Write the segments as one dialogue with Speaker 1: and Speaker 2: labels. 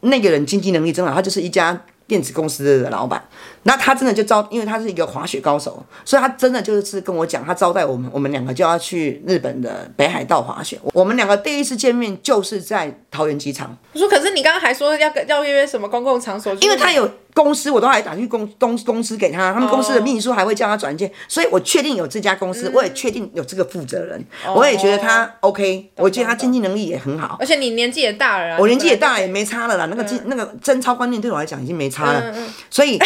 Speaker 1: 那个人经济能力真好，他就是一家电子公司的老板。那他真的就招，因为他是一个滑雪高手，所以他真的就是跟我讲，他招待我们，我们两个就要去日本的北海道滑雪。我们两个第一次见面就是在桃园机场，
Speaker 2: 我说，可是你刚刚还说要跟要约什么公共场所，
Speaker 1: 因为他有公司，我都还打去公公公司给他，他们公司的秘书还会叫他转介，所以我确定有这家公司，我也确定有这个负责人，我也觉得他 OK，我觉得他经济能力也很好。
Speaker 2: 而且你年纪也大了啊，
Speaker 1: 我年纪也大了，也没差了啦。那个经、那个贞操观念对我来讲已经没差了，所以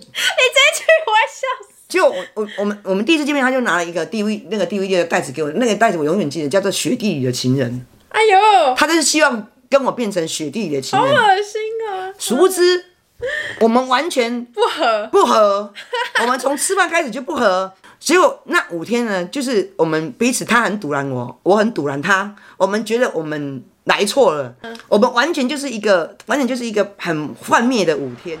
Speaker 2: 你这一句我会笑死。
Speaker 1: 就我我我们我们第一次见面，他就拿了一个 DVD 那个 DVD 的袋子给我，那个袋子我永远记得，叫做《雪地里的情人》，
Speaker 2: 哎呦，好
Speaker 1: 他就是希望跟我变成雪地里的情人，
Speaker 2: 恶心啊！
Speaker 1: 殊不知我们完全
Speaker 2: 不合，
Speaker 1: 不合，我们从吃饭开始就不合。结果那五天呢，就是我们彼此他很堵拦我，我很堵拦他，我们觉得我们来错了，
Speaker 2: 嗯
Speaker 1: 我们完全就是一个完全就是一个很幻灭的五天。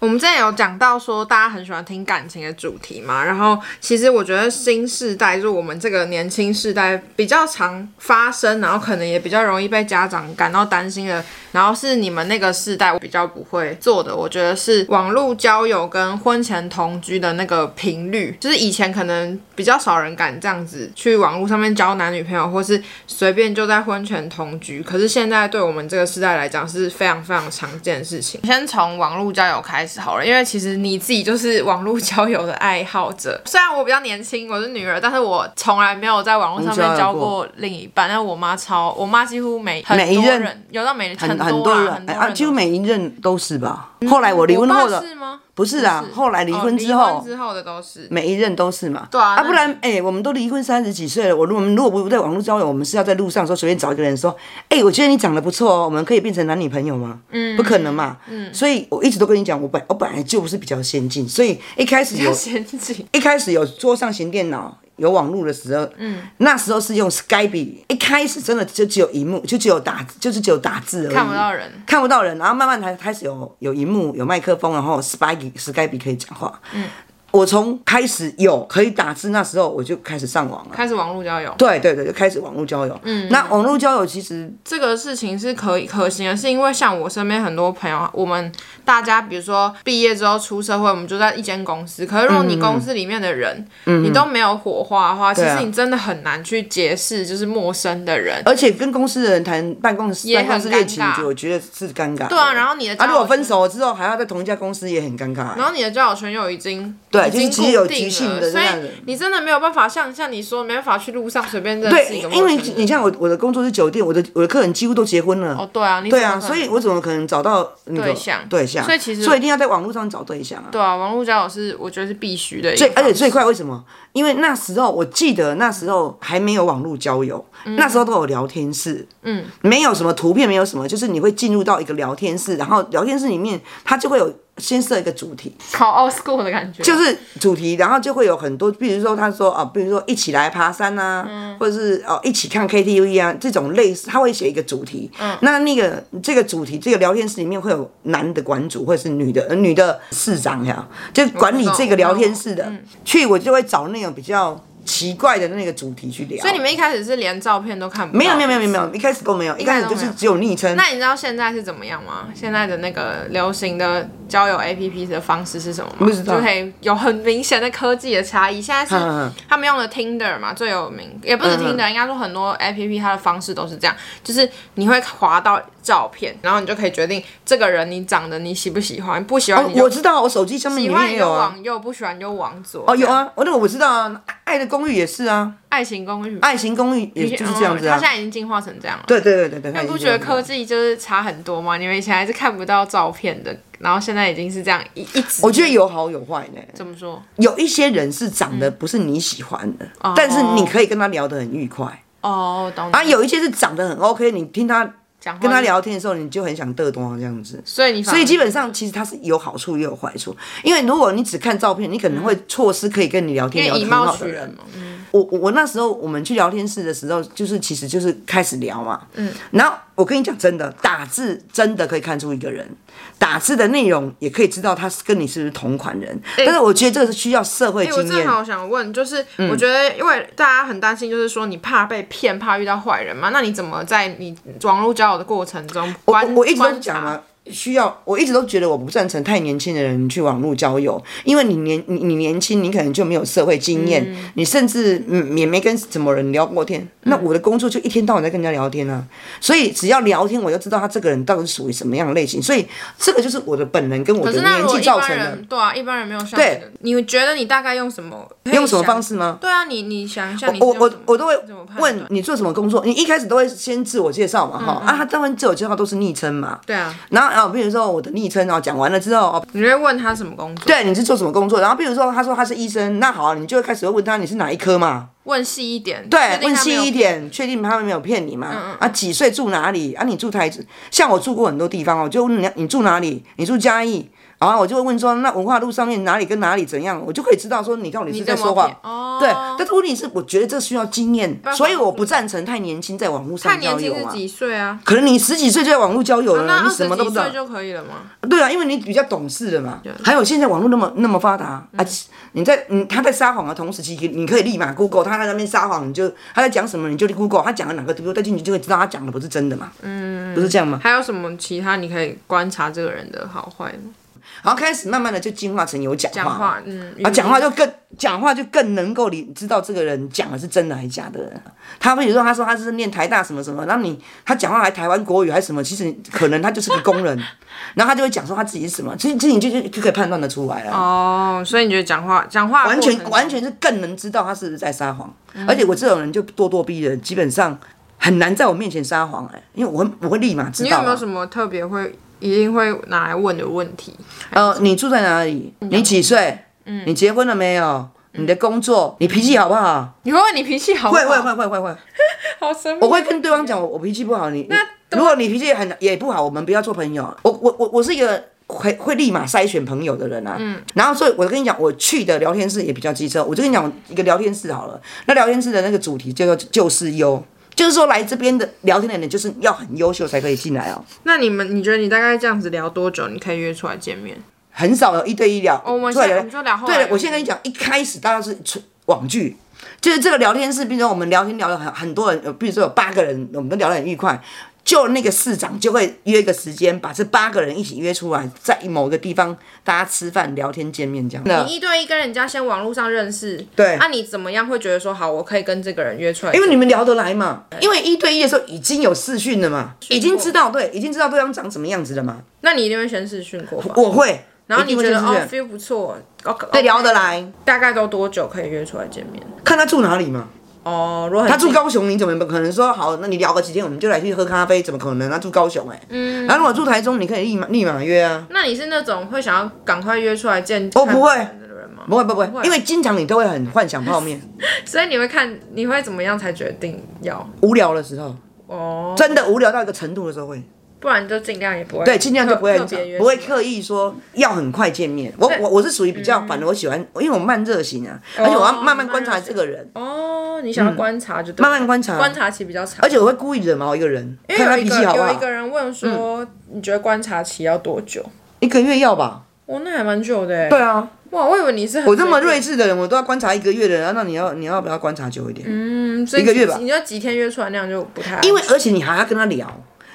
Speaker 2: 我们之前有讲到说，大家很喜欢听感情的主题嘛，然后其实我觉得新世代，就是我们这个年轻世代比较常发生，然后可能也比较容易被家长感到担心的，然后是你们那个世代比较不会做的，我觉得是网络交友跟婚前同居的那个频率，就是以前可能比较少人敢这样子去网络上面交男女朋友，或是随便就在婚前同居，可是现在对我们这个世代来讲是非常非常常见的事情。先从网络交友开始好了，因为其实你自己就是网络交友的爱好者。虽然我比较年轻，我是女儿，但是我从来没有在网络上面交过另一半。但我妈超，我妈几乎每很
Speaker 1: 每一
Speaker 2: 多
Speaker 1: 任
Speaker 2: 人有到每
Speaker 1: 很
Speaker 2: 很
Speaker 1: 多
Speaker 2: 人
Speaker 1: 人
Speaker 2: 很多
Speaker 1: 啊，
Speaker 2: 人
Speaker 1: 几乎
Speaker 2: 都嗯
Speaker 1: 每一任都是吧。后来我离婚
Speaker 2: 我爸
Speaker 1: 后的
Speaker 2: 是吗？
Speaker 1: 不是啊，后来离
Speaker 2: 哦
Speaker 1: 婚之后，
Speaker 2: 之后的都是。
Speaker 1: 每一任都是嘛。对
Speaker 2: 啊
Speaker 1: 啊
Speaker 2: 那
Speaker 1: 不然哎、我们都离婚三十几岁了，我如我们如果不在网络交友，我们是要在路上说随便找一个人说，哎、我觉得你长得不错哦，我们可以变成男女朋友吗？嗯，不可能嘛。嗯，所以我一直都跟你讲，我本我本来就不是比较先进，所以一开始有
Speaker 2: 先进，
Speaker 1: 一开始有桌上型电脑。有网络的时候，嗯，那时候是用 Skype，一开始真的就只有荧幕，就只有打，就是只有打字而已，
Speaker 2: 看不到人，
Speaker 1: 看不到人，然后慢慢才开始有有荧幕、有麦克风，然后 Skype Skype 可以讲话。嗯，我从开始有可以打字那时候，我就开始上网了。
Speaker 2: 开始网络交友。
Speaker 1: 对对对，就开始网络交友。嗯，那网络交友其实
Speaker 2: 这个事情是可以可行的，是因为像我身边很多朋友，我们大家比如说毕业之后出社会，我们就在一间公司。可是如果
Speaker 1: 嗯
Speaker 2: 你公司里面的人，你都没有火花的话，其
Speaker 1: 啊
Speaker 2: 实你真的很难去结识就是陌生的人。
Speaker 1: 而且跟公司的人谈办公室
Speaker 2: 也
Speaker 1: 办公
Speaker 2: 很
Speaker 1: 室恋情
Speaker 2: 尴，尬
Speaker 1: 就我觉得是尴尬的。
Speaker 2: 对啊，然后你的交
Speaker 1: 啊，
Speaker 2: 友
Speaker 1: 如果
Speaker 2: 圈
Speaker 1: 分，手之后还要在同一家公司，也很尴尬欸。
Speaker 2: 然后你的交友圈又已经
Speaker 1: 对
Speaker 2: 已经
Speaker 1: 就是其实有
Speaker 2: 固定
Speaker 1: 局限
Speaker 2: 了
Speaker 1: 的
Speaker 2: 所以
Speaker 1: 这样子
Speaker 2: 你真的没有办法像像你说没办法去路上随便认识
Speaker 1: 对
Speaker 2: 一个，陌
Speaker 1: 因为
Speaker 2: 生人
Speaker 1: 你像我我的工作是酒店，我的我的客人几乎都结婚了。
Speaker 2: 哦对啊，你
Speaker 1: 对
Speaker 2: 怎么
Speaker 1: 啊，
Speaker 2: 可
Speaker 1: 所以
Speaker 2: 能
Speaker 1: 我怎么可能找到那个
Speaker 2: 对象
Speaker 1: 对象？
Speaker 2: 所以其实
Speaker 1: 所以一定要在网络上找对象啊。
Speaker 2: 对啊，网络交友是我觉得是必须的一个
Speaker 1: 最而且
Speaker 2: 方
Speaker 1: 最
Speaker 2: 式
Speaker 1: 快为什么？因为那时候我记得那时候还没有网络交友，那时候都有聊天室，嗯，没有什么图片，没有什么，就是你会进入到一个聊天室，然后聊天室里面它就会有先设一个主题，
Speaker 2: 好 old school 的感觉，就
Speaker 1: 就是主题，然后就会有很多，比如说他说啊，比如说一起来爬山啊，
Speaker 2: 嗯
Speaker 1: 或者是哦、一起看 KTV 啊，这种类似，他会写一个主题。嗯，那那个这个主题，这个聊天室里面会有男的馆主或者是女的、呃、女的市长呀，就管理这个聊天室的。
Speaker 2: 嗯
Speaker 1: 去我就会找那种比较奇怪的那个主题去聊。
Speaker 2: 所以你们一开始是连照片都看不到？
Speaker 1: 没有没有没有没有没有，一开始都没有，一开始
Speaker 2: 都
Speaker 1: 就
Speaker 2: 没
Speaker 1: 是
Speaker 2: 有
Speaker 1: 只有昵称。
Speaker 2: 那你知道现在是怎么样吗？现在的那个流行的交友 APP 的方式是什么吗？
Speaker 1: 不知道
Speaker 2: 就可以有很明显的科技的差异。现在
Speaker 1: 嗯
Speaker 2: 是
Speaker 1: 嗯
Speaker 2: 他们用的 Tinder 嘛，最有名，也不是 Tinder，应该说很多 APP 它的方式都是这样，就是你会滑到照片，然后你就可以决定这个人你长得你喜不喜欢，不喜欢
Speaker 1: 哦
Speaker 2: 你，就
Speaker 1: 我知道，我手机上面
Speaker 2: 喜
Speaker 1: 里
Speaker 2: 欢
Speaker 1: 面也
Speaker 2: 你
Speaker 1: 有
Speaker 2: 就
Speaker 1: 啊。
Speaker 2: 往右，不喜欢你就往左。
Speaker 1: 哦，有
Speaker 2: 这样，
Speaker 1: 啊，我那个我知道啊，《爱的公寓》也是啊，
Speaker 2: 爱情公寓
Speaker 1: 《
Speaker 2: 嗯
Speaker 1: 爱情公寓》也就是这样子啊。
Speaker 2: 它现在已经进化成这样了。
Speaker 1: 对对对对对，
Speaker 2: 你不
Speaker 1: 已经
Speaker 2: 觉得
Speaker 1: 这样
Speaker 2: 科
Speaker 1: 子？
Speaker 2: 技就是差很多吗？你们以前还是看不到照片的，然后现在已经是这样一一直。
Speaker 1: 我觉得有好有坏呢。
Speaker 2: 怎么说？
Speaker 1: 有一些人是长得不是你喜欢的，
Speaker 2: 嗯
Speaker 1: 但是你可以跟他聊得很愉快。
Speaker 2: 哦，懂
Speaker 1: 啊，有一些是长得很 OK，你听他
Speaker 2: 讲话
Speaker 1: 跟他，聊天的时候，你就很想嘚多这样子。
Speaker 2: 所以你
Speaker 1: 所以基
Speaker 2: 本
Speaker 1: 本上其实它是有好处也有坏处，因为如果你只看照片，你可能会错失可以跟你聊天
Speaker 2: 嗯因
Speaker 1: 聊得
Speaker 2: 为以
Speaker 1: 很
Speaker 2: 貌
Speaker 1: 好
Speaker 2: 取
Speaker 1: 的人
Speaker 2: 人。嘛。嗯
Speaker 1: 我我我那时候我们去聊天室的时候，就是其实就是开始聊嘛，嗯，然后我跟你讲真的，打字真的可以看出一个人，打字的内容也可以知道他是跟你是不是同款人。但是我觉得这个是需要社会
Speaker 2: 哎我
Speaker 1: 经
Speaker 2: 正
Speaker 1: 验。嗯
Speaker 2: 好想问，就是我觉得，因为大家很担心，就是说你怕被骗，怕遇到坏人嘛？那你怎么在你网络交友的过程中
Speaker 1: 我
Speaker 2: 观
Speaker 1: 我一直都
Speaker 2: 观
Speaker 1: 讲
Speaker 2: 察？
Speaker 1: 啊，需要，我一直都觉得我不赞成太年轻的人去网络交友，因为你年你你年轻，你可能就没有社会经验，你甚至嗯也没跟什么人聊过天。
Speaker 2: 嗯
Speaker 1: 那我的工作就一天到晚在跟人家聊天啊，所以只要聊天，我就知道他这个人到底是属于什么样的类型。所以这个就是我的本人跟我
Speaker 2: 可
Speaker 1: 的
Speaker 2: 是那
Speaker 1: 年
Speaker 2: 如果
Speaker 1: 纪
Speaker 2: 一
Speaker 1: 造
Speaker 2: 般
Speaker 1: 成的
Speaker 2: 人。对啊，一般人没有像
Speaker 1: 对
Speaker 2: 你的，你觉得你大概用什么？
Speaker 1: 用什么方
Speaker 2: 式？
Speaker 1: 式吗？
Speaker 2: 对啊，你你想一下，你是
Speaker 1: 我
Speaker 2: 用
Speaker 1: 我
Speaker 2: 什么
Speaker 1: 我都会
Speaker 2: 怎么判断嗯
Speaker 1: 问你做什么工作，你一开始都会先自我介绍嘛，哈、啊，他当然自我介绍都是昵称嘛，
Speaker 2: 对啊，
Speaker 1: 然后啊，比如说我的昵称哦，讲完了之后哦，
Speaker 2: 你就会问他什么工作？
Speaker 1: 对，你是做什么工作？然后比如说他说他是医生，那好、啊你就会开始会问他你是哪一科嘛，
Speaker 2: 问细一点，
Speaker 1: 对
Speaker 2: 确，
Speaker 1: 问
Speaker 2: 定他没有嗯
Speaker 1: 细一点，确定他们没有骗你嘛？啊，几岁住哪里？啊，你住台子，像我住过很多地方哦，我就问你你住哪里？你住嘉义，然后我就会问说那文化路上面哪里跟哪里怎样，我就可以知道说你到底是
Speaker 2: 你
Speaker 1: 在
Speaker 2: 这么
Speaker 1: 说谎
Speaker 2: 骗。哦，
Speaker 1: 对，但是问题是，我觉得这需要经验，
Speaker 2: 法
Speaker 1: 所以我不赞成太年轻在网络
Speaker 2: 看
Speaker 1: 上
Speaker 2: 年
Speaker 1: 交
Speaker 2: 轻
Speaker 1: 友
Speaker 2: 是
Speaker 1: 啊。
Speaker 2: 几岁啊？
Speaker 1: 可能你十几岁就在网络交友了，
Speaker 2: 那二
Speaker 1: 呃你
Speaker 2: 十
Speaker 1: 什么都
Speaker 2: 几
Speaker 1: 不知道
Speaker 2: 岁。就可以了吗？
Speaker 1: 对啊，因为你比较懂事了嘛。还有现在网络那么那么发达、
Speaker 2: 嗯
Speaker 1: 啊，你在你他在撒谎的同时期，你可以立马 Google 他在那边撒谎，你就他在讲什么你就 Google 他讲了哪个对不对，进去就会知道他讲的不是真的嘛。嗯，不是这样吗？
Speaker 2: 还有什么其他你可以观察这个人的好坏吗？
Speaker 1: 然后开始慢慢的就进化成有讲话，
Speaker 2: 讲话，嗯，
Speaker 1: 啊，讲话
Speaker 2: 就
Speaker 1: 就更讲话就更能够理知道这个人讲的是真的还是假的。他比如说他说他是念台大什么什么，然后你他讲话还台湾国语还是什么，其实可能他就是个工 人，然后他就会讲说他自己是什么，其实其实你就就就可以判断得出来了。
Speaker 2: 哦，所以你觉得讲话讲话
Speaker 1: 完
Speaker 2: 过程
Speaker 1: 全
Speaker 2: 中
Speaker 1: 完全是更能知道他是不是在撒谎，而且我这种人就咄咄逼人，基本上很难在我面前撒谎哎、因为我会我会立马知
Speaker 2: 你
Speaker 1: 道
Speaker 2: 有
Speaker 1: 啊、
Speaker 2: 没有什么特别会一定会拿来问的问题？
Speaker 1: 呃，你住在哪里？你几岁？嗯，你结婚了没有？
Speaker 2: 嗯
Speaker 1: 你的工作，你脾气好不好？
Speaker 2: 你会问你脾气好不
Speaker 1: 会
Speaker 2: 好？
Speaker 1: 会会会会会。
Speaker 2: 好神秘。
Speaker 1: 我会跟对方讲，我我脾气不好，你你如果你脾气很也不好，我们不要做朋友。啊我我我我是一个会会立马筛选朋友的人啊。嗯。然后所以，我跟你讲，我去的聊天室也比较机车。我就跟你讲一个聊天室好了，那聊天室的那个主题叫做就是优。就是说，来这边的聊天的人，就是要很优秀才可以进来哦。
Speaker 2: 那你们你觉得你大概这样子聊多久，你可以约出来见面？
Speaker 1: 很少有一对一聊。
Speaker 2: 哦我们
Speaker 1: 出来
Speaker 2: 现
Speaker 1: 聊
Speaker 2: 在我们就聊后来
Speaker 1: 对
Speaker 2: 的，
Speaker 1: 我先跟你讲，一开始大家是纯网剧，就是这个聊天室，比如说我们聊天聊了很很多人，有比如说有八个人，我们都聊得很愉快。就那个市长就会约个时间，把这八个人一起约出来，在某个地方大家吃饭、聊天、见面这样。那
Speaker 2: 你一对一跟人家先网络上认识，啊
Speaker 1: 对
Speaker 2: 那、你怎么样会觉得说好，我可以跟这个人约出来？
Speaker 1: 因为你们聊得来嘛，因为一对一的时候已经有视讯了嘛，已经知道对，已经知道对方长什么样子了嘛。
Speaker 2: 那你一定会先试训过吧？
Speaker 1: 我会，
Speaker 2: 然后你
Speaker 1: 一定会
Speaker 2: 觉
Speaker 1: 就
Speaker 2: 得
Speaker 1: 是这
Speaker 2: 哦
Speaker 1: 样
Speaker 2: ，feel 不错，
Speaker 1: 对
Speaker 2: 对
Speaker 1: 聊得，来，
Speaker 2: 大概都多久可以约出来见面？
Speaker 1: 看他住哪里嘛。
Speaker 2: 哦，如果很
Speaker 1: 他住
Speaker 2: 近
Speaker 1: 高雄，你怎么可能说好？那你聊个几天，我们就来去喝咖啡？怎么可能？他住高雄哎、嗯。然后如果住台中，你可以立马立马约啊。
Speaker 2: 那你是那种会想要赶快约出来见
Speaker 1: 我哦不会
Speaker 2: 看本人的人吗？
Speaker 1: 不会不会
Speaker 2: 不，会
Speaker 1: 因为经常你都会很幻想泡面，
Speaker 2: 所以你会看，你会怎么样才决定要
Speaker 1: 无聊的时候，
Speaker 2: 哦？
Speaker 1: 真的无聊到一个程度的时候会，哎
Speaker 2: 不然就尽量也不会
Speaker 1: 对，尽量就不会
Speaker 2: 特
Speaker 1: 很
Speaker 2: 特别约嗯
Speaker 1: 不会
Speaker 2: 出来
Speaker 1: 刻意说要很快见面。我我我是属于比较，反正我
Speaker 2: 嗯
Speaker 1: 喜欢，因为我慢热型啊，而且我要慢慢观察这个人，
Speaker 2: 哦。你想要观察就对
Speaker 1: 嗯
Speaker 2: 了、
Speaker 1: 慢慢观察
Speaker 2: 观察期比较长。
Speaker 1: 而且我会故意惹毛一个人，
Speaker 2: 因为
Speaker 1: 看他
Speaker 2: 有
Speaker 1: 脾
Speaker 2: 一
Speaker 1: 气
Speaker 2: 个
Speaker 1: 好不嗯
Speaker 2: 有一
Speaker 1: 好
Speaker 2: 个。人问说，你觉得观察期要多久？
Speaker 1: 一个月要吧？
Speaker 2: 哇，那还蛮久的欸。
Speaker 1: 对啊，
Speaker 2: 哇，我以为你是很
Speaker 1: 我这么
Speaker 2: 随便
Speaker 1: 睿智的人，我都要观察一个月的人，那你要你要不要观察久一点？
Speaker 2: 嗯，所以
Speaker 1: 一个月吧
Speaker 2: 你就几天约出来那样就不太好
Speaker 1: 因为而且你还要跟他聊，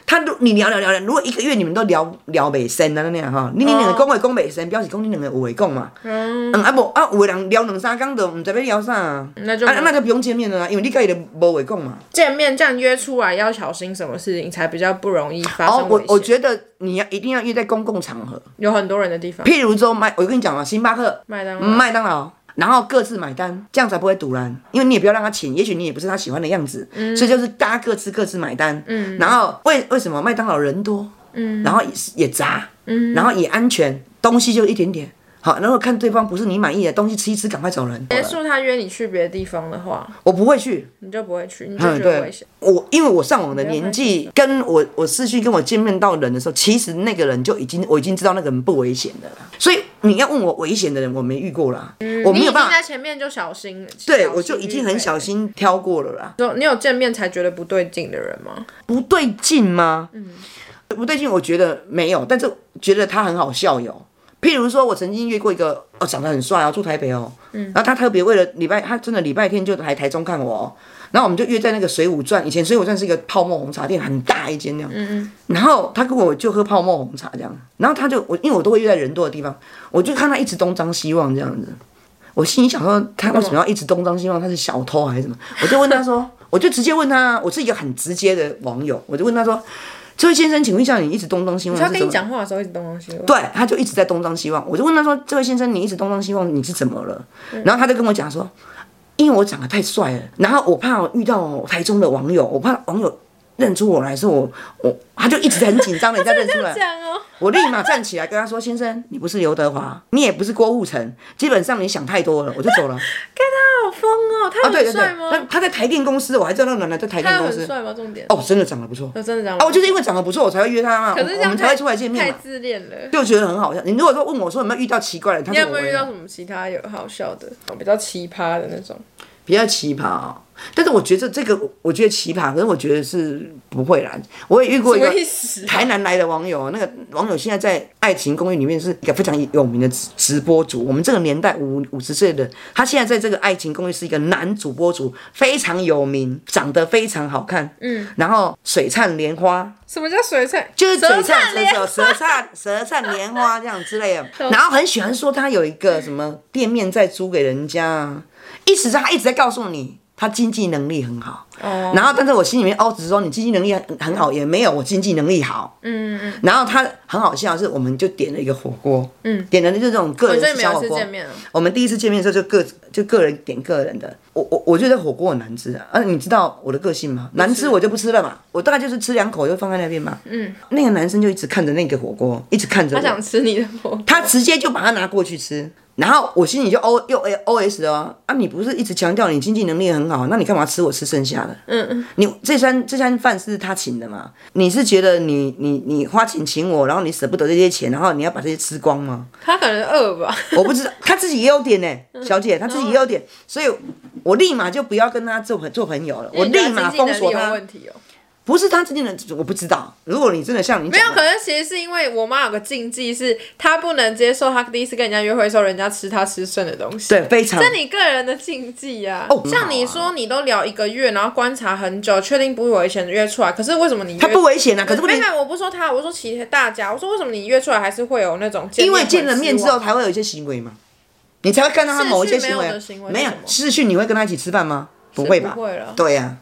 Speaker 1: 他如你聊聊聊聊，如果一个月你们都聊聊美声的那样哈，你你两个讲话讲美声，表示讲你两个有话讲嘛。嗯，啊无啊有的人聊两三天都唔知要聊啥啊，
Speaker 2: 那就
Speaker 1: 啊那就不用见面了啊，因为你家己都无话讲嘛。
Speaker 2: 见面这样约出来要小心什么事情才比较不容易发
Speaker 1: 哦
Speaker 2: 生，
Speaker 1: 我
Speaker 2: 危
Speaker 1: 我
Speaker 2: 险
Speaker 1: 觉得你要一定要约在公共场合，
Speaker 2: 有很多人的地方，
Speaker 1: 譬如说麦，我跟你讲啊，星巴克、
Speaker 2: 麦当劳
Speaker 1: 麦当劳。然后各自买单，这样才不会堵拦，因为你也不要让他请，也许你也不是他喜欢的样子，
Speaker 2: 嗯
Speaker 1: 所以就是大家各自各自买单。嗯，然后为为什么麦当劳人多？嗯，然后也是也杂，嗯，然后也安全，东西就一点点。好，然后看对方不是你满意的东西吃一吃，赶快走人。
Speaker 2: 结束他约你去别的地方的话，
Speaker 1: 我不会去，
Speaker 2: 你就不会去，你就觉得
Speaker 1: 嗯对
Speaker 2: 危险。
Speaker 1: 我，因为我上网的年纪，跟我我视讯跟我见面到人的时候，其实那个人就已经我已经知道那个人不危险的了啦，所以你要问我危险的人，我没遇过啦，我没
Speaker 2: 嗯你已
Speaker 1: 有办法，
Speaker 2: 经在前面就小心，
Speaker 1: 对
Speaker 2: 小心
Speaker 1: 我就已经
Speaker 2: 预
Speaker 1: 很
Speaker 2: 备
Speaker 1: 小。心挑过了啦。
Speaker 2: 就你有见面才觉得不对劲的人吗？
Speaker 1: 不对劲吗？嗯，不对劲，我觉得没有，但是觉得他很好笑哟。譬如说，我曾经约过一个哦，长得很帅啊，住台北哦，嗯，然后他特别为了礼拜，他真的礼拜天就来台中看我、哦，然后我们就约在那个水浒传，以前水浒传是一个泡沫红茶店，很大一间那样，嗯嗯，然后他跟我就喝泡沫红茶这样，然后他就我因为我都会约在人多的地方，我就看他一直东张西望这样子，我心里想说，他为什么要一直东张西望？他是小偷还是什么？我就问他说， 我就直接问他，我是一个很直接的网友，我就问他说，这位先生，请问一下，你一直东张西望是
Speaker 2: 他
Speaker 1: 怎么？
Speaker 2: 跟你讲话的时候一直东东西，对，
Speaker 1: 对，他就一直在东张西望。我就问他说：“这位先生，你一直东张西望，你是怎么了？”
Speaker 2: 嗯
Speaker 1: 然后他就跟我讲说：“因为我长得太帅了，然后我怕我遇到台中的网友，我怕网友认出我来，说我我他就一直很紧张的人家认出 来。”
Speaker 2: 样哦。
Speaker 1: 我立马站起来跟他说：“先生，你不是刘德华，你也不是郭富城，基本上你想太多了。”我就走了。
Speaker 2: 好疯哦！他
Speaker 1: 对
Speaker 2: 很
Speaker 1: 对对
Speaker 2: 帅，吗？
Speaker 1: 他他在台电公司，我还知道那个男的在台电
Speaker 2: 他有
Speaker 1: 公
Speaker 2: 很
Speaker 1: 司。
Speaker 2: 帅吗？重点
Speaker 1: 哦，真的长得不错。
Speaker 2: 我真的这样
Speaker 1: 啊，我就是因为长得不错，我才会约他嘛，啊
Speaker 2: 可是这
Speaker 1: 我
Speaker 2: 样
Speaker 1: 们才
Speaker 2: 太
Speaker 1: 会出来见面
Speaker 2: 太
Speaker 1: 嘛。
Speaker 2: 自恋了。
Speaker 1: 就觉得很好笑。你如果说问我说有没有遇到奇怪的人，他
Speaker 2: 你
Speaker 1: 说
Speaker 2: 有
Speaker 1: 我
Speaker 2: 没有
Speaker 1: 没
Speaker 2: 遇到
Speaker 1: 有
Speaker 2: 什么其他有好笑的、比较奇葩的那种？
Speaker 1: 比较奇葩、哦。但是我觉得这个，我觉得奇葩，可是我觉得是不会啦。我也遇过一个
Speaker 2: 什么意思啊
Speaker 1: 台南来的网友，那个网友现在在《爱情公寓》里面是一个非常有名的直直播主。我们这个年代五五十岁的他，现在在这个《爱情公寓》是一个男主播主，非常有名，长得非常好看，嗯，然后水灿莲花，
Speaker 2: 什么叫水菜？
Speaker 1: 就是嘴
Speaker 2: 舌
Speaker 1: 上
Speaker 2: 灿
Speaker 1: 舌
Speaker 2: 莲
Speaker 1: 舌舌灿舌灿莲花这样之类 的，然后很喜欢说他有一个什么店面在租给人家啊，意思是他一直在告诉你他经济能力很好，
Speaker 2: 哦
Speaker 1: 然后但是我心里面哦，只是说你经济能力很很好，也没有我经济能力好，
Speaker 2: 嗯嗯
Speaker 1: 然后他很好笑，是我们就点了一个火锅，嗯，点了就是这种个
Speaker 2: 嗯，所以
Speaker 1: 人
Speaker 2: 没
Speaker 1: 小
Speaker 2: 有
Speaker 1: 火
Speaker 2: 次
Speaker 1: 锅
Speaker 2: 见。面了。
Speaker 1: 我们第一次见面的时候就个就个人点个人的，我我我觉得火锅很难吃啊，啊你知道我的个性吗？难吃我就不吃了嘛，我大概就是吃两口就放在那边嘛。嗯，那个男生就一直看着那个火锅，一直看着
Speaker 2: 他
Speaker 1: 我，
Speaker 2: 想吃你的火锅，
Speaker 1: 他直接就把它拿过去吃，然后我心里就 O 又 A O S 了哦啊，你不是一直强调你经济能力很好，那你干嘛吃我吃剩下的？嗯嗯，你这餐这餐饭是他请的嘛？你是觉得你你你花钱请我，然后你舍不得这些钱，然后你要把这些吃光吗？
Speaker 2: 他可能饿吧？
Speaker 1: 我不知道，他自己也有点呢、
Speaker 2: 嗯
Speaker 1: 小姐，他自己也有
Speaker 2: 哦
Speaker 1: 点，所以我立马就不要跟他做朋做朋友了，我立马封锁
Speaker 2: 哎因为你觉得经济能力有
Speaker 1: 他。
Speaker 2: 问题哦。
Speaker 1: 不是他之间的，我不知道。如果你真的像你
Speaker 2: 没
Speaker 1: 讲
Speaker 2: 有，
Speaker 1: 的，
Speaker 2: 可能其实是因为我妈有个禁忌是，她不能接受她第一次跟人家约会的时候，人家吃她吃剩的东西。
Speaker 1: 对，非常
Speaker 2: 这你个人的禁忌呀、
Speaker 1: 哦很好啊
Speaker 2: 像你说，你都聊一个月，然后观察很久，确定不会危险约出来。可是为什么你约
Speaker 1: 他不危险啊，可是问
Speaker 2: 没
Speaker 1: 题
Speaker 2: 有，没有我不说他，我说其他大家，我说为什么你约出来还是会有那种
Speaker 1: 因为
Speaker 2: 很
Speaker 1: 见了面之
Speaker 2: 失
Speaker 1: 后
Speaker 2: 望
Speaker 1: 才会有一些行为嘛，你才会看到他某一些行为
Speaker 2: 视讯没有的行为。是
Speaker 1: 没有
Speaker 2: 什么
Speaker 1: 视讯，你会跟他一起吃饭吗？不会吧
Speaker 2: 不？会了，
Speaker 1: 对呀，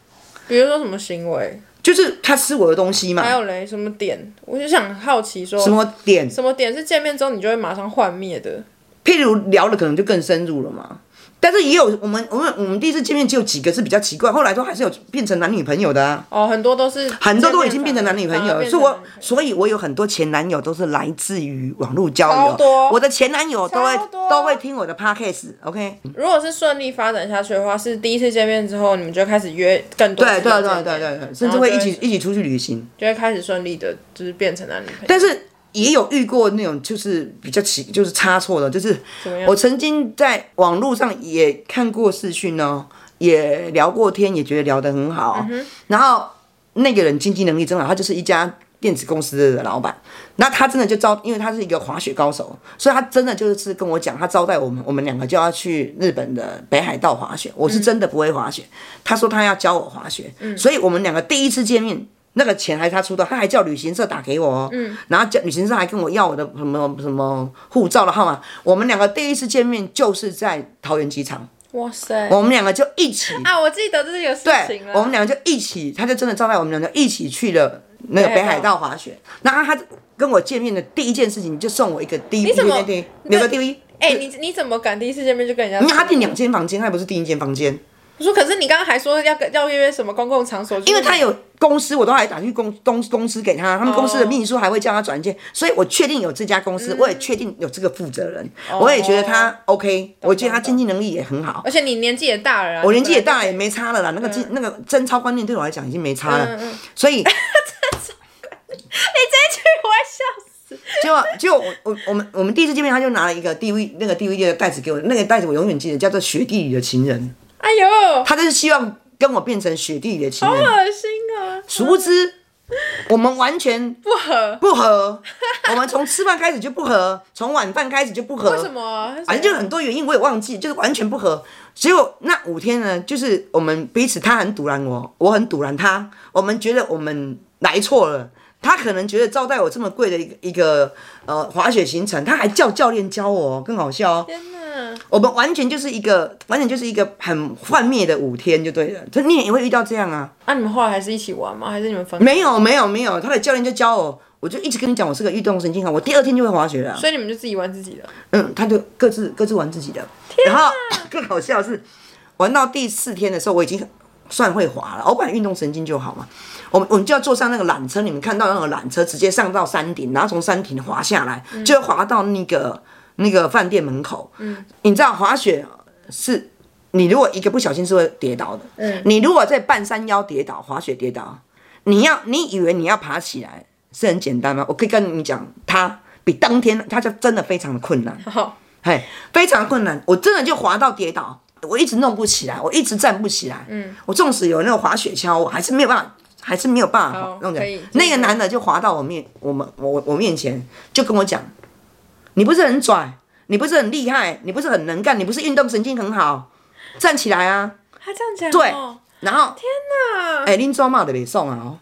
Speaker 2: 比如说什么行为，
Speaker 1: 就是他吃我的东西嘛
Speaker 2: 还，有嘞什么点，我就想好奇说
Speaker 1: 什么点，
Speaker 2: 什么点是见面之后你就会马上幻灭的，
Speaker 1: 譬如聊的可能就更深入了嘛。但是也有我们我们我们第一次见面只有几个是比较奇怪，后来都还是有变成男女朋友的啊。
Speaker 2: 哦，很多都是很
Speaker 1: 很多都已经变成男女朋
Speaker 2: 啊
Speaker 1: 友了，所以
Speaker 2: 哦
Speaker 1: 我所以我有很多前男友都是来自于网络交
Speaker 2: 超
Speaker 1: 友
Speaker 2: 多，
Speaker 1: 我的前男友都会
Speaker 2: 超多
Speaker 1: 都会听我的 podcast，OK？、
Speaker 2: 如果是顺利发展下去的话，是第一次见面之后，你们就开始约更多
Speaker 1: 哎对啊
Speaker 2: 次
Speaker 1: 对
Speaker 2: 的见面，
Speaker 1: 对对对对，甚至会一
Speaker 2: 然后
Speaker 1: 起
Speaker 2: 就
Speaker 1: 一起出去旅行，
Speaker 2: 就会开始顺利的，就是变成男女朋友。
Speaker 1: 但是也有遇过那种就是比较奇就是差错的，就是
Speaker 2: 么样
Speaker 1: 我曾经在网络上也看过视讯哦，也聊过天，也觉得聊得很好，
Speaker 2: 嗯
Speaker 1: 然后那个人经济能力真好，他就是一家电子公司的老板。那他真的就招，因为他是一个滑雪高手，所以他真的就是跟我讲，他招待我们，我们两个就要去日本的北海道滑雪。
Speaker 2: 嗯
Speaker 1: 我是真的不会滑雪，他说他要教我滑雪，所以我们两个第一次见面。那个钱还是他出的，他还叫旅行社打给我、哦，嗯，然后叫旅行社还跟我要我的什么什么护照的号码。我们两个第一次见面就是在桃园机场，
Speaker 2: 哇塞，
Speaker 1: 我们两个就一起
Speaker 2: 啊，我记得这个事
Speaker 1: 对
Speaker 2: 情啊了，
Speaker 1: 我们两个就一起，他就真的招待我们两个一起去了那个
Speaker 2: 北
Speaker 1: 北海
Speaker 2: 海道
Speaker 1: 道滑雪。然后他跟我见面的第一件事情就送我一个 D V
Speaker 2: 怎么哎
Speaker 1: D 有个 D V，
Speaker 2: 哎、你你怎么敢第一次见面就跟人家？
Speaker 1: 因为他订两间房间，他也不是订一间房间。
Speaker 2: 我说可是你刚刚还说要跟要约什么公共场所，
Speaker 1: 因为哦他有公司，我都还打去公公公司给他，他们公司的秘书还会叫他转介，所以我确定有这家公司，我也确定有这个负责人，我也觉得他 OK，我觉得他经济能力也很好。
Speaker 2: 而且你年纪也大了啊，
Speaker 1: 我年纪也
Speaker 2: 你本来
Speaker 1: 大，也没差了啦。那个经、那个贞操观念对我来讲已经没差了，所以
Speaker 2: 就，你这一句我要笑死。
Speaker 1: 结果结果我我我们我们第一次见面，他就拿了一个 DVD 那个 DVD 的袋子给我，那个袋子我永远记得，叫做《雪地里的情人》，
Speaker 2: 哎呦，
Speaker 1: 他就是希望跟我变成雪地里的情
Speaker 2: 好
Speaker 1: 人，
Speaker 2: 恶心啊！
Speaker 1: 殊不知我们完全
Speaker 2: 不合，
Speaker 1: 不合，我们从吃饭开始就不合，从晚饭开始就不合。
Speaker 2: 为什？么？
Speaker 1: 反正就很多原因，我也忘记，就是完全不合。结果那五天呢，就是我们彼此，他很堵拦我，我很堵拦他。我们觉得我们来错了，他可能觉得招待我这么贵的一个一个呃滑雪行程，他还叫教练教我，更好笑哦。
Speaker 2: 天哪！
Speaker 1: 我们完全就是一个，完全就是一个很幻灭的五天就对了。就你也会遇到这样啊？
Speaker 2: 那、你们后来还是一起玩吗？还是你们分？
Speaker 1: 没有，没有，没有，他的教练就教我，我就一直跟你讲，我是个运动神经好，我第二天就会滑雪了啊。
Speaker 2: 所以你们就自己玩自己的。
Speaker 1: 嗯，他就各自各自玩自己的。然后更好笑的是，玩到第四天的时候，我已经算会滑了。我本来运动神经就好嘛，我们我们就要坐上那个缆车，你们看到那个缆车直接上到山顶，然后从山顶滑下来，就要滑到那个那个饭店门口。嗯，你知道滑雪是。你如果一个不小心是会跌倒的，嗯，你如果在半山腰跌倒、滑雪跌倒，你要你以为你要爬起来是很简单吗？我可以跟你讲，它比当天它就真的非常的困难。
Speaker 2: 好，
Speaker 1: 嘿，非常困难，我真的就滑到跌倒，我一直弄不起来，我一直站不起来。嗯，我纵使有那个滑雪橇，我还是没有办法，还是没有办法
Speaker 2: 好
Speaker 1: 滑弄的
Speaker 2: 可以。
Speaker 1: 那个男的就滑到我面，我们我我我面前，就跟我讲，你不是很拽，你不是很厉害，你不是很能干，你不是运动神经很好，站起来啊！
Speaker 2: 他这样讲、
Speaker 1: 对
Speaker 2: 哦。
Speaker 1: 然后
Speaker 2: 天哪！
Speaker 1: 哎、恁抓骂的没送啊、哦！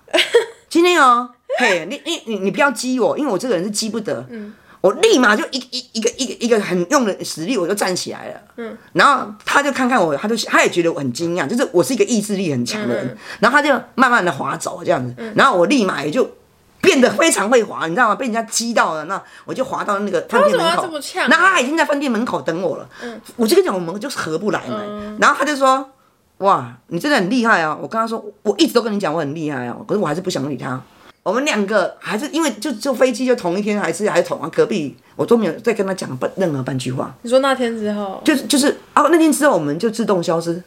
Speaker 1: 今天哦，嘿，你你你你不要激我，因为我这个人是激不得。
Speaker 2: 嗯
Speaker 1: 我立马就一一一个一个一个很用的实力，我就站起来了。嗯，然后他就看看我，他就他也觉得我很惊讶，就是我是一个意志力很强的
Speaker 2: 嗯
Speaker 1: 人。然后他就慢慢的滑走这样子，然后我立马也就变得非常会滑，你知道吗？被人家激到了，那我就滑到那个饭店
Speaker 2: 为什么
Speaker 1: 门
Speaker 2: 要
Speaker 1: 口
Speaker 2: 这么呛啊，
Speaker 1: 那他已经在饭店门口等我了。嗯，我就跟你讲，我们就是合不来嘛。
Speaker 2: 嗯
Speaker 1: 然后他就说。哇，你真的很厉害啊！我跟他说，我一直都跟你讲我很厉害啊，可是我还是不想理他。我们两个还是因为就就飞机就同一天，还是还是同啊隔壁，我都没有再跟他讲半任何半句话，
Speaker 2: 你说那天之后，
Speaker 1: 就是就是啊那天之后我们就自动消失，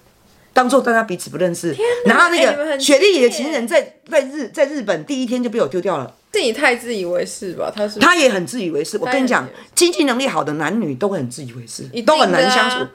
Speaker 1: 当做大家彼此不认 识。然后那
Speaker 2: 哎你们
Speaker 1: 个
Speaker 2: 很
Speaker 1: 雪莉里的
Speaker 2: 亲
Speaker 1: 情
Speaker 2: 耶
Speaker 1: 人在在日在日本第一天就被我丢掉了，
Speaker 2: 是你太自以为是吧？他是
Speaker 1: 他也很自以为是。我
Speaker 2: 他也
Speaker 1: 跟你讲
Speaker 2: 很自以为，
Speaker 1: 经济能力好的男女都会很自以为是，
Speaker 2: 定
Speaker 1: 都很难
Speaker 2: 的啊
Speaker 1: 相处。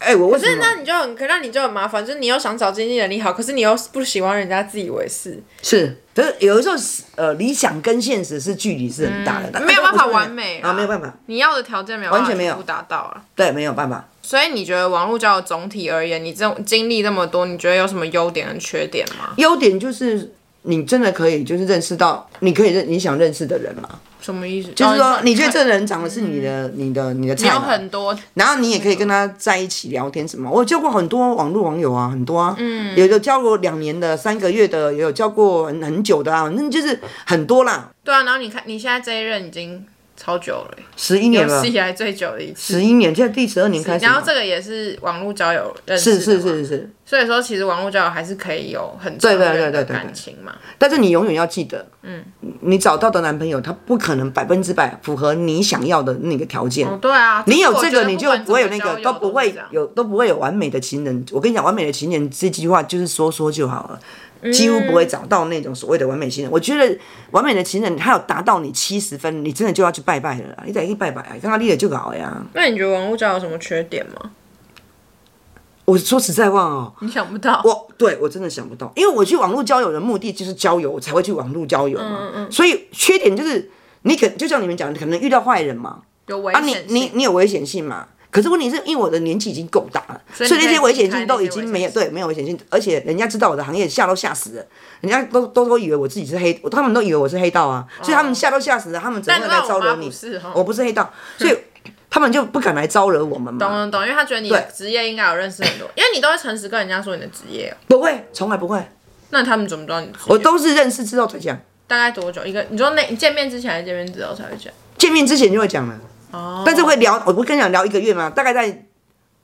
Speaker 1: 哎、我为
Speaker 2: 可
Speaker 1: 什么
Speaker 2: 是那你就很，可那你就很麻烦，就是你又想找经济能力好，可是你又不喜欢人家自以为是，
Speaker 1: 是，可是有的时候是，呃，理想跟现实是距离是很大的，但
Speaker 2: 嗯没有办法完美
Speaker 1: 啊，没有办法，
Speaker 2: 你要的条件没有
Speaker 1: 完全没有
Speaker 2: 不达到啊。
Speaker 1: 对，没有办法。
Speaker 2: 所以你觉得网络交友总体而言，你这种经历那么多，你觉得有什么优点跟缺点吗？
Speaker 1: 优点就是你真的可以，就是认识到你可以认你想认识的人嘛，
Speaker 2: 什么意思？
Speaker 1: 就是
Speaker 2: 哦
Speaker 1: 说你觉
Speaker 2: 觉
Speaker 1: 得这人长得是你的、你的、你的
Speaker 2: 你
Speaker 1: 菜
Speaker 2: 有
Speaker 1: 嘛，
Speaker 2: 很多，
Speaker 1: 然后你也可以跟他在一起聊天什么。我交过很多网络网友啊，很多啊，嗯，有的交过两年的、三个月的，也有交过很很久的啊，反正就是很多啦，
Speaker 2: 对啊。然后你看，你现在这一任已经超久了耶，
Speaker 1: 十一年
Speaker 2: 有
Speaker 1: 了
Speaker 2: 史，以来最久的一次。
Speaker 1: 十一年，现在第十二年开始
Speaker 2: 然后
Speaker 1: 嘛，
Speaker 2: 这个也是网络交友认识
Speaker 1: 是
Speaker 2: 的
Speaker 1: 是
Speaker 2: 嘛
Speaker 1: 是是。
Speaker 2: 所以说，其实网络交友还是可以有很
Speaker 1: 对对
Speaker 2: 长远
Speaker 1: 对对
Speaker 2: 的
Speaker 1: 对
Speaker 2: 感情嘛。
Speaker 1: 但是你永远要记得，嗯，你找到的男朋友他不可能百分之百符合你想要的那个条件。
Speaker 2: 哦，对啊，
Speaker 1: 你有
Speaker 2: 是我
Speaker 1: 这
Speaker 2: 觉
Speaker 1: 个，
Speaker 2: 得
Speaker 1: 你就
Speaker 2: 管
Speaker 1: 不会有
Speaker 2: 怎
Speaker 1: 那
Speaker 2: 么
Speaker 1: 个，都
Speaker 2: 交友
Speaker 1: 不
Speaker 2: 是
Speaker 1: 会
Speaker 2: 这样
Speaker 1: 有都不会有完美的情人。我跟你讲，完美的情人这句话就是说说就好了，几乎不
Speaker 2: 嗯
Speaker 1: 会找到那种所谓的完美情人。我觉得完美的情人，他有达到你七十分，你真的就要去拜拜了啦，你得去拜拜啊，刚刚立了就搞呀。
Speaker 2: 那你觉得网络交友有什么缺点吗？
Speaker 1: 我说实在话哦，
Speaker 2: 你想不到，
Speaker 1: 我对我真的想不到，因为我去网络交友的目的就是交友，我才会去网络交友嘛。
Speaker 2: 嗯
Speaker 1: 所以缺点就是你可就像你们讲，的，可能遇到坏人嘛，
Speaker 2: 有危
Speaker 1: 啊
Speaker 2: 险
Speaker 1: 你
Speaker 2: 性。
Speaker 1: 你你有危险性嘛。可是问题是因为我的年纪已经够大了，所
Speaker 2: 以
Speaker 1: 以
Speaker 2: 你
Speaker 1: 那
Speaker 2: 可以
Speaker 1: 些危险
Speaker 2: 避开
Speaker 1: 性都
Speaker 2: 那
Speaker 1: 已
Speaker 2: 些危
Speaker 1: 经
Speaker 2: 险
Speaker 1: 没有
Speaker 2: 性
Speaker 1: 对没有危险性，而且人家知道我的行业吓都吓死了，人家都都都以为我自己是黑，他们都以为我是黑道啊，所以
Speaker 2: 哦
Speaker 1: 他们吓都吓死了，他们怎么
Speaker 2: 但
Speaker 1: 会
Speaker 2: 是
Speaker 1: 来招
Speaker 2: 我妈
Speaker 1: 惹
Speaker 2: 不
Speaker 1: 你？
Speaker 2: 是哦哈，
Speaker 1: 我不是黑道，所以他们就不敢来招惹我们嘛。
Speaker 2: 懂懂懂，因为他觉得你的职业应该有认识 很多，因为你都会诚实跟人家说你的职业哦，
Speaker 1: 不会，从来不会，
Speaker 2: 那他们怎么知道你的职业？
Speaker 1: 我都是认识之后才讲，
Speaker 2: 大概多久一个？你说那你见面之前还是见面之后才会讲？
Speaker 1: 见面之前就会讲了。
Speaker 2: 哦，
Speaker 1: 但是会聊，我不跟你讲聊一个月吗？大概在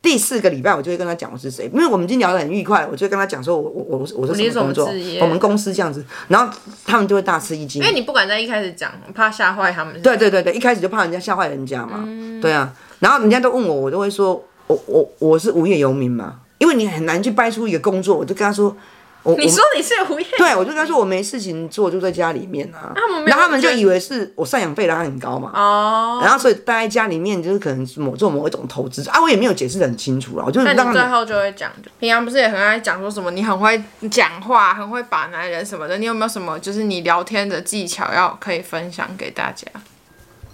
Speaker 1: 第四个礼拜我就会跟他讲我是谁，因为我们已经聊得很愉快，我就跟他讲说我我我我是
Speaker 3: 你是
Speaker 1: 什
Speaker 3: 什
Speaker 1: 么
Speaker 3: 么
Speaker 1: 工作
Speaker 3: 职，业
Speaker 1: 我们公司这样子，然后他们就会大吃一惊
Speaker 3: 因。为你不敢在一开始讲，怕吓坏他们。
Speaker 1: 对，对对对，一开始就怕人家吓坏人家嘛，
Speaker 3: 嗯
Speaker 1: 对啊。然后人家都问我，我都会说，我我我是无业游民嘛，因为你很难去掰出一个工作，我就跟他说，我
Speaker 3: 你
Speaker 1: 我
Speaker 3: 说你是 胡彦，
Speaker 1: 对，我就跟他说我没事情做，就在家里面啊。
Speaker 3: 他们没有
Speaker 1: 然后他们就
Speaker 3: 觉得
Speaker 1: 以为是我赡养费拿很高嘛，
Speaker 3: 哦，
Speaker 1: 然后所以待在家里面就是可能是某做某一种投资啊，我也没有解释的很清楚啦，啊我就是
Speaker 3: 那
Speaker 1: 让他
Speaker 3: 你最
Speaker 1: 们
Speaker 3: 后就会讲，
Speaker 2: 平常不是也很爱讲说什么你很会讲话，很会把男人什么的，你有没有什么就是你聊天的技巧要可以分享给大家？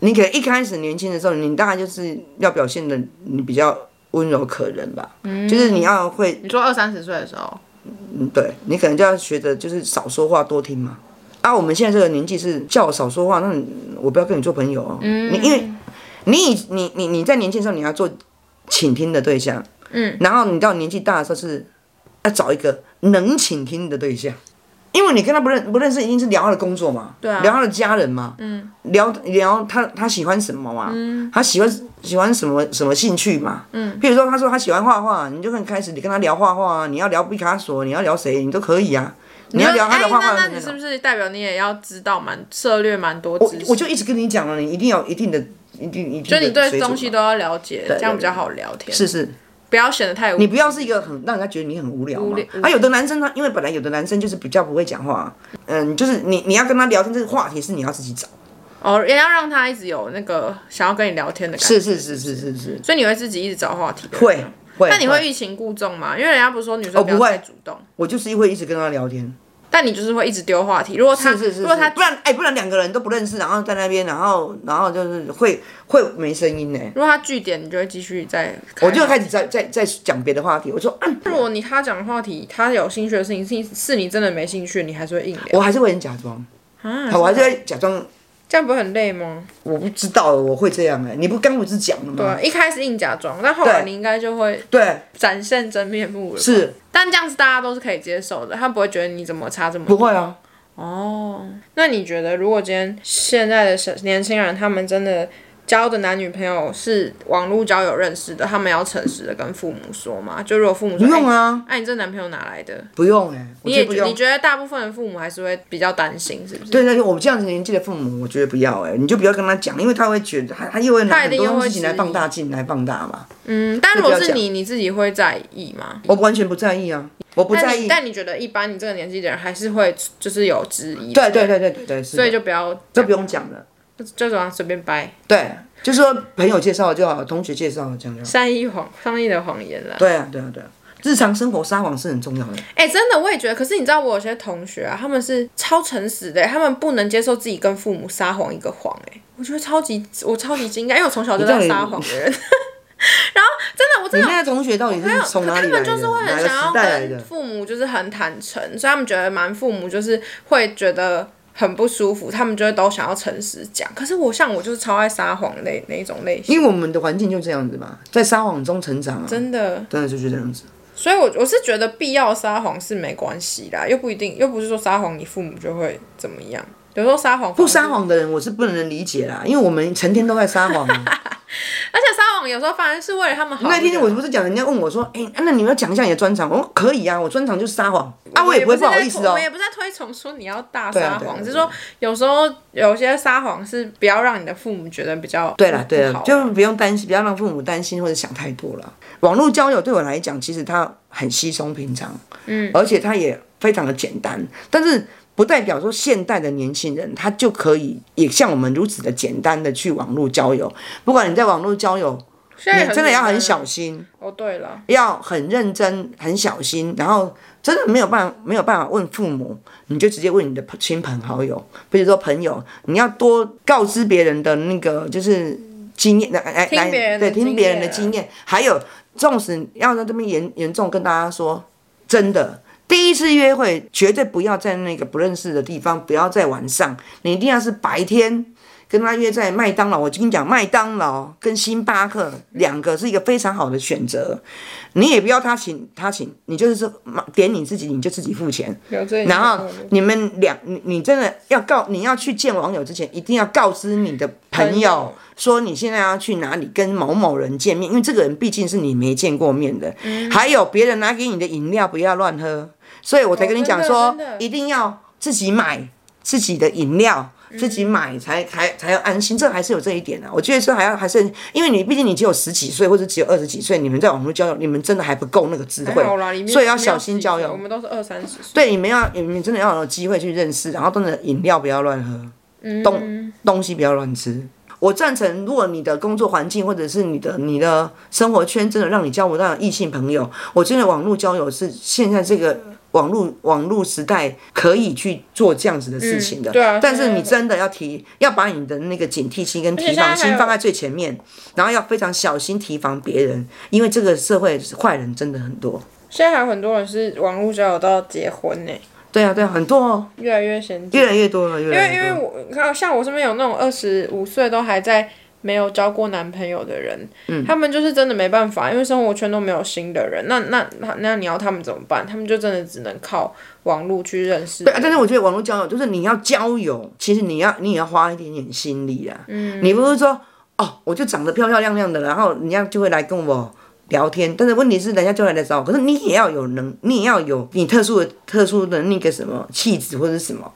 Speaker 1: 你可能一开始年轻的时候，你大概就是要表现的你比较温柔可人吧，
Speaker 3: 嗯
Speaker 1: 就是你要会，
Speaker 2: 你说二三十岁的时候，
Speaker 1: 嗯对你可能就要学着就是少说话多听嘛。啊，我们现在这个年纪是叫我少说话，那你我不要跟你做朋友哦。你因为你以你你你在年轻的时候你要做倾听的对象，嗯，然后你到年纪大的时候是要找一个能倾听的对象，因为你跟他不认不认识，一定是聊他的工作嘛，对
Speaker 3: 啊
Speaker 1: 聊他的家人嘛，嗯，聊聊他他喜欢什么嘛，嗯，他喜欢喜欢什么什么兴趣嘛，嗯，譬如说他说他喜欢画画，你就可以开始你跟他聊画画啊，你要聊毕卡索，你要聊谁，你都可以啊，你要聊他的画画
Speaker 3: 哎那
Speaker 1: 的
Speaker 3: 那
Speaker 1: 那
Speaker 3: 你是不
Speaker 1: 种，
Speaker 3: 是代表你也要知道蛮涉略蛮多知识？
Speaker 1: 我就一直跟你讲了，你一定要一定的一定一定
Speaker 3: 就
Speaker 1: 的
Speaker 3: 你
Speaker 1: 水
Speaker 3: 对
Speaker 1: 准
Speaker 3: 东西
Speaker 1: 嘛
Speaker 3: 都要了解，这样比较好聊天。
Speaker 1: 是，是。
Speaker 3: 不要显得太无
Speaker 1: 你不要是一个很让人家觉得你很无聊
Speaker 3: 无
Speaker 1: 嘛
Speaker 3: 聊无。
Speaker 1: 啊，有的男生他因为本来有的男生就是比较不会讲话，嗯，就是你你要跟他聊天，这个话题是你要自己找。
Speaker 3: 哦，也要让他一直有那个想要跟你聊天的感觉。
Speaker 1: 是，是是是是是，
Speaker 3: 所以你会自己一直找话题。
Speaker 1: 会。会。
Speaker 3: 那你会欲擒故纵吗？因为人家不是说女生
Speaker 1: 哦
Speaker 3: 不要
Speaker 1: 不会
Speaker 3: 太主动，
Speaker 1: 我就是会一直跟他聊天。
Speaker 3: 但你就是会一直丢话题。如果他
Speaker 1: 是是是，
Speaker 3: 如果他
Speaker 1: 不然哎，不然两个人都不认识，然后在那边，然后然后就是会会没声音呢。
Speaker 3: 如果他据点，你就会继续再。
Speaker 1: 我就开始在在在讲别的话题，我说，嗯
Speaker 2: 如果你他讲的话题，他有兴趣的事情是是你真的没兴趣，你还是会硬聊，
Speaker 1: 我还是会很假装，
Speaker 3: 啊
Speaker 1: 好我还是会假装。
Speaker 2: 这样不会很累吗？
Speaker 1: 我不知道我会这样哎、你不刚我只讲了吗？
Speaker 2: 对啊，一开始硬假装，但后来
Speaker 1: 对
Speaker 2: 你应该就会
Speaker 1: 对，
Speaker 2: 展现真面目了。，
Speaker 1: 是
Speaker 2: 但这样子大家都是可以接受的，他不会觉得你怎么差这么
Speaker 1: 不
Speaker 2: 多。
Speaker 1: 会啊，
Speaker 2: 哦，那你觉得如果今天现在的小年轻人，他们真的交的男女朋友是网络交友认识的，他们要诚实的跟父母说吗？就如果父母说
Speaker 1: 不用，啊，
Speaker 2: 哎、哎你这男朋友哪来的？
Speaker 1: 不用哎、我
Speaker 2: 你
Speaker 1: 觉
Speaker 2: 也
Speaker 1: 得不
Speaker 2: 觉
Speaker 1: 用
Speaker 2: 你。觉得大部分的父母还是会比较担心，是不是？
Speaker 1: 对对，我这样子年纪的父母，我觉得不要哎、你就不要跟他讲，因为他会觉得他他又会拿
Speaker 2: 他一
Speaker 1: 很
Speaker 2: 定又
Speaker 1: 多
Speaker 2: 会
Speaker 1: 事情
Speaker 2: 质疑
Speaker 1: 来放大镜来放大嘛。
Speaker 2: 嗯，但如果
Speaker 1: 就是不要
Speaker 2: 你，你自己会在意吗？
Speaker 1: 我完全不在意啊，我不在
Speaker 2: 但你
Speaker 1: 意。
Speaker 2: 但你觉得一般你这个年纪的人还是会就是有质疑，
Speaker 1: 对对对对对对，所
Speaker 2: 所以就不要
Speaker 1: 这不用讲了。
Speaker 2: 就这样随便掰，
Speaker 1: 对，就说朋友介绍就好，同学介绍这样就好。
Speaker 2: 善意谎善意的谎言啦。
Speaker 1: 对啊对啊对啊，日常生活撒谎是很重要的。
Speaker 2: 哎、真的，我也觉得。可是你知道，我有些同学啊，他们是超诚实的，欸他们不能接受自己跟父母撒谎一个谎。哎，我觉得超级，我超级惊讶，因为我从小就
Speaker 1: 你到
Speaker 2: 在
Speaker 1: 底
Speaker 2: 撒谎的人。然后， 真的，我真
Speaker 1: 你
Speaker 2: 的，
Speaker 1: 哎那个同学到底是从哪
Speaker 2: 他
Speaker 1: 里来
Speaker 2: 们
Speaker 1: 的？
Speaker 2: 就是会
Speaker 1: 哪
Speaker 2: 很
Speaker 1: 个
Speaker 2: 想要
Speaker 1: 时代来
Speaker 2: 跟
Speaker 1: 的？
Speaker 2: 父母就是很坦诚，所以他们觉得瞒父母就是会觉得很不舒服，他们就会都想要诚实讲。可是我像我就是超爱撒谎类那一种类型，
Speaker 1: 因为我们的环境就这样子嘛，在撒谎中成长啊，真
Speaker 2: 真的。
Speaker 1: 的就是这样子。
Speaker 2: 所以我，我是觉得必要撒谎是没关系啦，又不一定，又不是说撒谎你父母就会怎么样。有时候撒谎
Speaker 1: 不撒，谎的人我是不能理解啦，因为我们成天都在撒谎 啊。
Speaker 2: 而且撒谎有时候反而是为了他们好。
Speaker 1: 那天我不是讲，人家问我说：“哎、啊那你们要讲一下你的专场？”我说：“可以啊，我专场就是撒谎啊，我也不会
Speaker 2: 是
Speaker 1: 不好
Speaker 2: 在
Speaker 1: 意思
Speaker 2: 推
Speaker 1: 哦
Speaker 2: 我们。也不是在推崇说你要大
Speaker 1: 对
Speaker 2: 撒
Speaker 1: 啊对啊
Speaker 2: 谎，
Speaker 1: 对啊
Speaker 2: 只是说有时候有些撒谎是不要让你的父母觉得比较”
Speaker 1: 对啦，对
Speaker 2: 不
Speaker 1: 啦
Speaker 2: 好，啊
Speaker 1: 就不用担心，不要让父母担心或者想太多了。网络交友对我来讲，其实它很稀松平常，嗯，而且它也非常的简单，但是不代表说现代的年轻人他就可以也像我们如此的简单的去网络交友。不管你在网络交友，
Speaker 2: 现在
Speaker 1: 你真的要很小
Speaker 2: 心。
Speaker 1: 心，
Speaker 2: 哦，对了，
Speaker 1: 要很认真、很小心，然后真的没有办法没有办法问父母，你就直接问你的亲朋好友，比如说朋友，你要多告知别人的那个就是经验，来哎来
Speaker 2: 听别人的
Speaker 1: 对听
Speaker 2: 经
Speaker 1: 别
Speaker 2: 验
Speaker 1: 人的
Speaker 2: 啊
Speaker 1: 经验，还有纵使要在这边严严重跟大家说，真的。第一次约会绝对不要在那个不认识的地方，不要在晚上，你一定要是白天，跟他约在麦当劳。我跟你讲，麦当劳跟星巴克两个是一个非常好的选择。你也不要他请他请，你就是说点你自己，你就自己付钱。
Speaker 4: 有这一
Speaker 1: 然后
Speaker 4: 种
Speaker 1: 你们两，你你真的要告，你要去见网友之前，一定要告知你的朋
Speaker 2: 朋
Speaker 1: 友
Speaker 2: 友
Speaker 1: 说你现在要去哪里跟某某人见面，因为这个人毕竟是你没见过面的。
Speaker 2: 嗯
Speaker 1: 还有别人拿给你的饮料不要乱喝，所以我才跟你讲说，
Speaker 2: 哦真的真的
Speaker 1: 一定要自己买自己的饮料。
Speaker 2: 嗯
Speaker 1: 自己买才才才要安心，这还是有这一点啊。我觉得说还要还是，因为你毕竟你只有十几岁或者只有二十几岁，你们在网络交友，你们真的还不够那个智慧
Speaker 2: 还好啦，里，面
Speaker 1: 所以要
Speaker 2: 没有
Speaker 1: 小心
Speaker 2: 几
Speaker 1: 交
Speaker 2: 个
Speaker 1: 友
Speaker 2: 我。们都是二三十岁，
Speaker 1: 对，你们要你们真的要有机会去认识，然后真的饮料不要乱喝，
Speaker 2: 嗯
Speaker 1: 东东西不要乱吃。我赞成，如果你的工作环境或者是你的你的生活圈真的让你交不到异性朋友，我觉得网络交友是现在这个
Speaker 2: 嗯
Speaker 1: 网络网络时代可以去做这样子的事情的。
Speaker 2: 嗯对啊
Speaker 1: 但是
Speaker 2: 现在
Speaker 1: 你真的要提，要把你的那个警惕心跟提
Speaker 2: 现在
Speaker 1: 防
Speaker 2: 还
Speaker 1: 心
Speaker 2: 有
Speaker 1: 放在最前面，然后要非常小心提防别人，因为这个社会坏人真的很多。
Speaker 2: 现在还有很多人是网络交友到结婚呢，
Speaker 1: 对啊，对啊，很多哦，
Speaker 2: 越来越先进
Speaker 1: 越。来越多了，越
Speaker 2: 因
Speaker 1: 来
Speaker 2: 为
Speaker 1: 越
Speaker 2: 因
Speaker 1: 多了。
Speaker 2: 为我你看像我身边有那种二十五岁都还在没有交过男朋友的人，
Speaker 1: 嗯
Speaker 2: 他们就是真的没办法，因为生活圈都没有新的人，那那那那你要他们怎么办？他们就真的只能靠网络去认识
Speaker 1: 对 啊，
Speaker 2: 人。
Speaker 1: 但是我觉得网络交友就是你要交友，其实你要你也要花一点点心力啊。嗯，你不是说哦，我就长得漂漂亮亮的，然后人家就会来跟我聊天，但是问题是人家就会来找我，可是你也要有能，你也要有你特殊的特殊的那个什么气质或者是什么，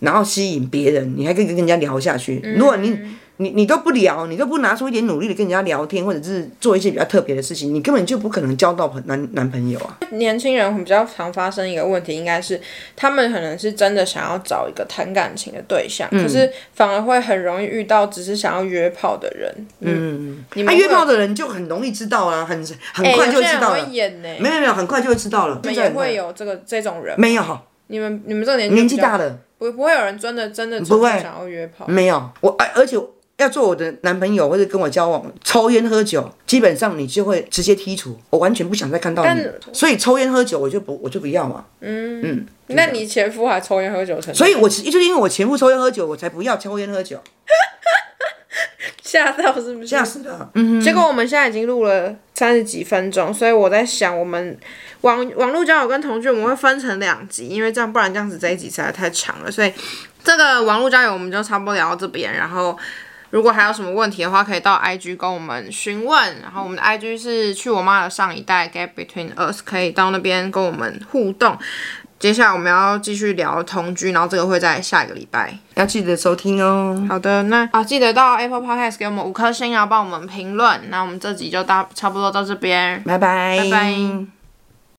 Speaker 1: 然后吸引别人，你还可以跟人家聊下去。如果你
Speaker 2: 嗯
Speaker 1: 你你都不聊，你都不拿出一点努力的跟人家聊天，或者是做一些比较特别的事情，你根本就不可能交到朋男男朋友啊。
Speaker 2: 年轻人比较常发生一个问题，应该是他们可能是真的想要找一个谈感情的对象，
Speaker 1: 嗯
Speaker 2: 可是反而会很容易遇到只是想要约炮的人。嗯，你
Speaker 1: 他、啊
Speaker 2: 们哎欸
Speaker 1: 约炮
Speaker 2: 的
Speaker 1: 的人就很容易知道啊，很很快就会知道了。
Speaker 2: 会演呢、
Speaker 1: 没有没有，很快就会知道了。
Speaker 2: 你们
Speaker 1: 现在
Speaker 2: 也
Speaker 1: 很快
Speaker 2: 会有这个这种人。
Speaker 1: 没有？
Speaker 2: 你们你们这个年纪
Speaker 1: 年纪
Speaker 2: 比较
Speaker 1: 大了
Speaker 2: 不不会有人真的真的
Speaker 1: 不会嗯
Speaker 2: 想要约炮，
Speaker 1: 没有？我哎而而且要做我的男朋友或者跟我交往，抽烟喝酒，基本上你就会直接剔除，我完全不想再看到你。
Speaker 2: 但
Speaker 1: 所以抽烟喝酒我就不我就不要嘛。
Speaker 2: 那你前夫还抽烟喝酒成，
Speaker 1: 所以我其就是因为我前夫抽烟喝酒，我才不要抽烟喝酒，
Speaker 2: 吓到是不是？
Speaker 1: 吓死了。嗯，
Speaker 2: 结果我们现在已经录了三十几分钟，所以我在想，我们网网络交友跟同居我们会分成两集，因为这样不然这样子这一集实在太长了，所以这个网络交友我们就差不多聊到这边。然后如果还有什么问题的话，可以到 IG 跟我们询问。然后我们的 IG 是去我妈的上一代 Gap Between Us，可以到那边跟我们互动。接下来我们要继续聊同居，然后这个会在下一个礼拜。
Speaker 1: 要记得收听哦。
Speaker 2: 好的，那啊，记得到 Apple Podcast 啊给我们五颗星，然后帮我们评论。那我们这集就到差不多到这边，
Speaker 1: 拜拜，
Speaker 2: 拜拜